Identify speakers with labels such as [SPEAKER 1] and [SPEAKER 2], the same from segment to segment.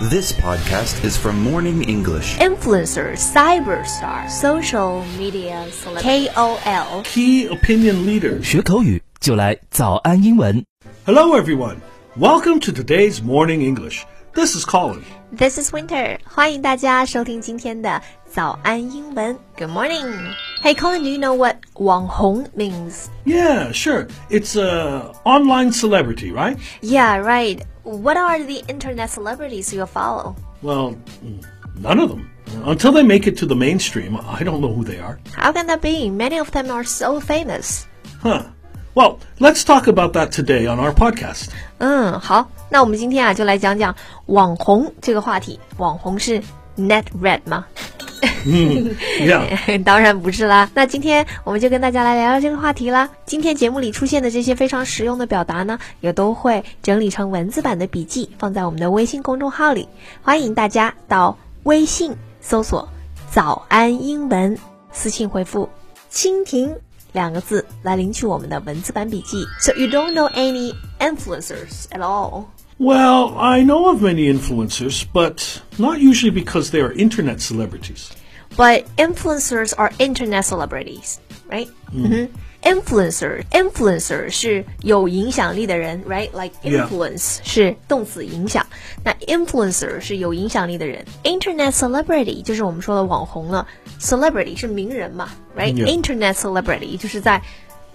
[SPEAKER 1] This podcast is from Morning English.
[SPEAKER 2] influencer, cyberstar, social media celebrity, KOL.
[SPEAKER 3] key opinion leaders.
[SPEAKER 4] 学口语就来早安英文。
[SPEAKER 3] Hello, everyone. Welcome to today's Morning English. This is Colin.
[SPEAKER 2] This is Winter，欢迎大家收听今天的早安英文。Good morning. Hey Colin, do you know what 网红 means?
[SPEAKER 3] Yeah, sure. It's a online celebrity, right?
[SPEAKER 2] Yeah, right. What are the internet celebrities you follow?
[SPEAKER 3] Well, none of them. Until they make it to the mainstream, I don't know who they are.
[SPEAKER 2] How can that be? Many of them are so famous.
[SPEAKER 3] Huh. Well, let's talk about that today on our podcast.
[SPEAKER 2] 嗯，好，那我们今天啊就来讲讲网红这个话题。网红是 net red 吗？
[SPEAKER 3] Yeah.
[SPEAKER 2] 当然不是啦。那今天我们就跟大家来聊聊这个话题啦。今天节目里出现的这些非常实用的表达呢，也都会整理成文字版的笔记，放在我们的微信公众号里。欢迎大家到微信搜索“早安英文”，私信回复“蜻蜓”两个字来领取我们的文字版笔记。So you don't know any influencers at all.
[SPEAKER 3] Well, I know of many influencers, but not usually because they are internet celebrities.
[SPEAKER 2] But influencers are internet celebrities, right?
[SPEAKER 3] Mm-hmm.
[SPEAKER 2] 嗯哼 Influencer, influencer 是有影响力的人，right? Like
[SPEAKER 3] Yeah.
[SPEAKER 2] influence 是动词影响，那 influencer 是有影响力的人。Internet celebrity 就是我们说的网红了，celebrity 是名人嘛，right?
[SPEAKER 3] Yeah.
[SPEAKER 2] Internet celebrity 就是在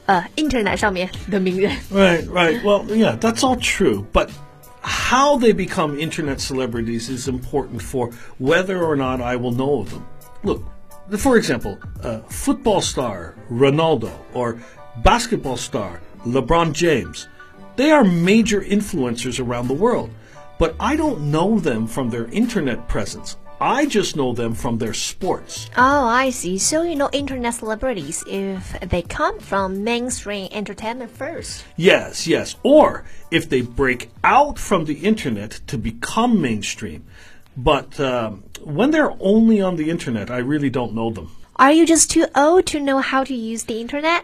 [SPEAKER 2] 呃 internet 上面的名人。
[SPEAKER 3] Right, right. Well, yeah, that's all true. But how they become internet celebrities is important for whether or not I will know of them. Look, for example, uh, football star Ronaldo or basketball star LeBron James, they are major influencers around the world. But I don't know them from their internet presence. I just know them from their sports.
[SPEAKER 2] Oh, I see. So you know internet celebrities if they come from mainstream entertainment first.
[SPEAKER 3] Yes, yes. Or if they break out from the internet to become mainstream. But um, when they're only on the internet, I really don't know them.
[SPEAKER 2] Are you just too old to know how to use the internet?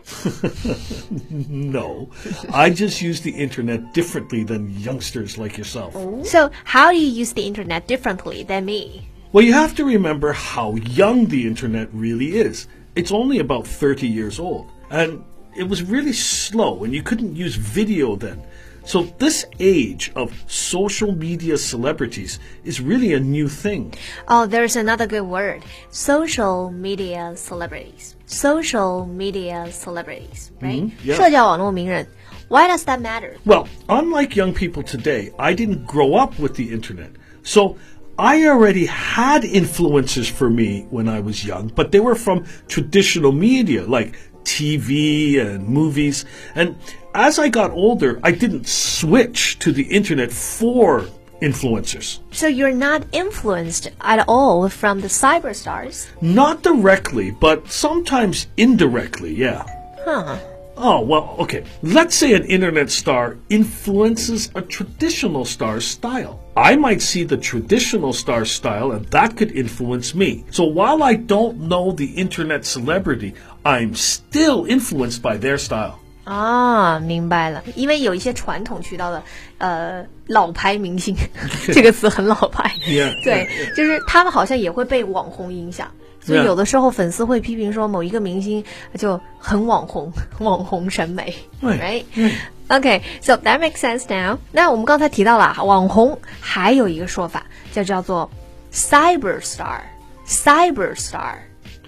[SPEAKER 3] No, I just use the internet differently than youngsters like yourself.
[SPEAKER 2] So, how do you use the internet differently than me?
[SPEAKER 3] Well, you have to remember how young the internet really is. It's only about 30 years old. And it was really slow, and you couldn't use video then. So, this age of social media celebrities is really a new thing.
[SPEAKER 2] Oh, there's another good word social media celebrities. Social media celebrities, right?
[SPEAKER 3] yeah.
[SPEAKER 2] 社交网络名人. Why does that matter?
[SPEAKER 3] Well, unlike young people today, I didn't grow up with the internet. So I already had influences for me when I was young, but they were from traditional media like TV and movies. And as I got older, I didn't switch to the internet for influencers.
[SPEAKER 2] So, you're not influenced at all from the cyberstars?
[SPEAKER 3] Not directly, but sometimes indirectly, yeah.
[SPEAKER 2] Huh.
[SPEAKER 3] Oh, well, okay. Let's say an internet star influences a traditional star's style. I might see the traditional star's style, and that could influence me. So while I don't know the internet celebrity, I'm still influenced by their style.
[SPEAKER 2] 啊，明白了，因为有一些传统渠道的，呃，老牌明星 这个词很老牌
[SPEAKER 3] Yeah,
[SPEAKER 2] 对就是他们好像也会被网红影响，所以
[SPEAKER 3] Yeah.
[SPEAKER 2] 有的时候粉丝会批评说某一个明星就很网红， 网红审美
[SPEAKER 3] Right,
[SPEAKER 2] ，right？Okay, so that makes sense now. 那我们刚才提到了啊网红，还有一个说法就叫做 cyber star, cyber star,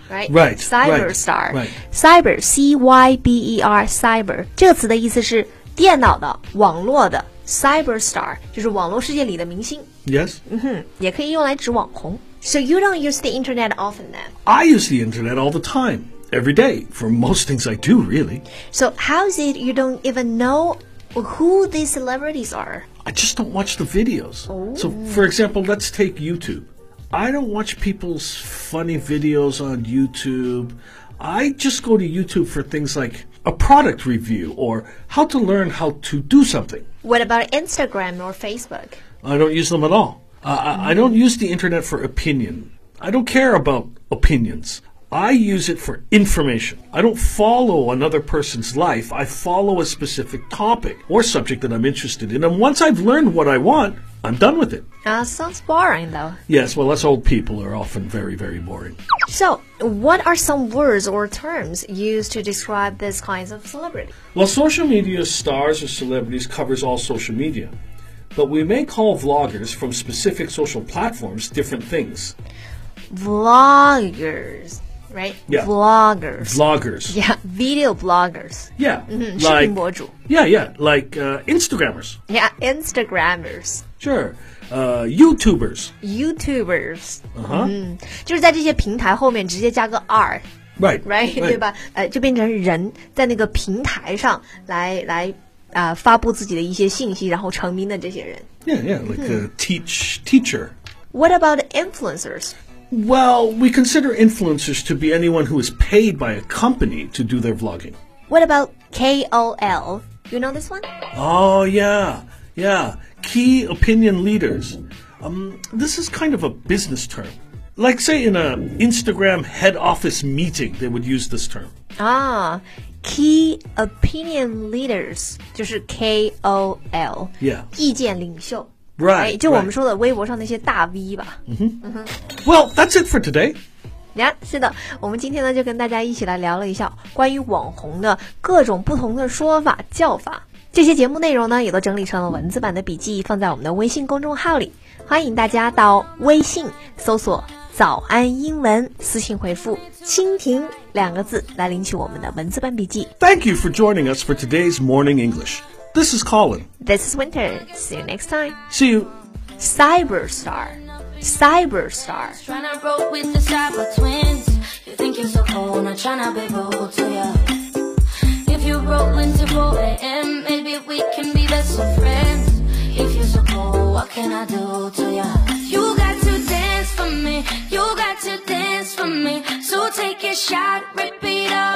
[SPEAKER 2] right?
[SPEAKER 3] Right,
[SPEAKER 2] cyber
[SPEAKER 3] right,
[SPEAKER 2] star,
[SPEAKER 3] right.
[SPEAKER 2] cyber c y b e r cyber 这个词的意思是电脑的、网络的 cyber star 就是网络世界里的明星，
[SPEAKER 3] Yes?
[SPEAKER 2] 也可以用来指网红。So you don't use the internet often then.
[SPEAKER 3] I use the internet all the time, every day, for most things I do, really.
[SPEAKER 2] So how is it you don't even know who these celebrities are?
[SPEAKER 3] I just don't watch the videos. So, for example, let's take YouTube. I don't watch people's funny videos on YouTube. I just go to YouTube for things like a product review or how to learn how to do something.
[SPEAKER 2] What about Instagram or Facebook?
[SPEAKER 3] I don't use them at all. Uh, I, I don't use the internet for opinion. I don't care about opinions. I use it for information. I don't follow another person's life. I follow a specific topic or subject that I'm interested in. And once I've learned what I want, I'm done with it.
[SPEAKER 2] Uh, sounds boring though.
[SPEAKER 3] Yes, well, us old people are often very, very boring.
[SPEAKER 2] So, what are some words or terms used to describe these kinds of celebrity?
[SPEAKER 3] Well, social media stars or celebrities covers all social media. But we may call vloggers from specific social platforms different things.
[SPEAKER 2] Vloggers, right?
[SPEAKER 3] Yeah.
[SPEAKER 2] Vloggers.
[SPEAKER 3] Vloggers.
[SPEAKER 2] yeah, Mm-hmm. video bloggers.
[SPEAKER 3] Yeah. Like,
[SPEAKER 2] 视频博主。
[SPEAKER 3] yeah, yeah. Like uh, Instagrammers.
[SPEAKER 2] Yeah, Instagrammers,
[SPEAKER 3] Sure. Uh, YouTubers.
[SPEAKER 2] YouTubers，
[SPEAKER 3] Uh-huh.
[SPEAKER 2] 嗯，就是在这些平台后面直接加个 r。
[SPEAKER 3] Right.
[SPEAKER 2] right，对 吧？呃，就变成人在那个平台上来 来啊、发布自己的一些信息，然后成名的这些人。
[SPEAKER 3] Yeah, yeah. Like
[SPEAKER 2] Mm-hmm.
[SPEAKER 3] a teach teacher.
[SPEAKER 2] What about influencers?
[SPEAKER 3] Well, we consider influencers to be anyone who is paid by a company to do their vlogging.
[SPEAKER 2] What about KOL? You know this one?
[SPEAKER 3] Oh, yeah, yeah. Key opinion leaders. Um, this is kind of a business term. Like, say, in a Instagram head office meeting, they would use this term.
[SPEAKER 2] 啊、k e y Opinion Leaders 就是 KOL，、
[SPEAKER 3] Yeah.
[SPEAKER 2] 意见领袖。
[SPEAKER 3] Right,
[SPEAKER 2] 哎就我
[SPEAKER 3] right. 嗯
[SPEAKER 2] 们说的微博上那些大 V 吧。
[SPEAKER 3] Well, that's it for today.
[SPEAKER 2] 呀，是的，我们今天呢就跟大家一起来聊了一下关于网红的各种不同的说法、叫法。这些节目内容呢，也都整理成了文字版的笔记，放在我们的微信公众号里。欢迎大家到微信搜索“早安英文”，私信回复“蜻蜓”两个字来领取我们的文字版笔记。
[SPEAKER 3] Thank you for joining us for today's Morning English. This is Colin.
[SPEAKER 2] This is Winter. See you next time.
[SPEAKER 3] See you.
[SPEAKER 2] Cyberstar. Cyberstar.
[SPEAKER 5] Tryna roll with the cyber twins. You think you're so cool, not tryna be rude to ya. If you roll into 4 a.m., maybe we can be best of friends. If you're so cool, what can I do to ya? You got to dance for me, you got to dance for me. So take a shot, rip it up.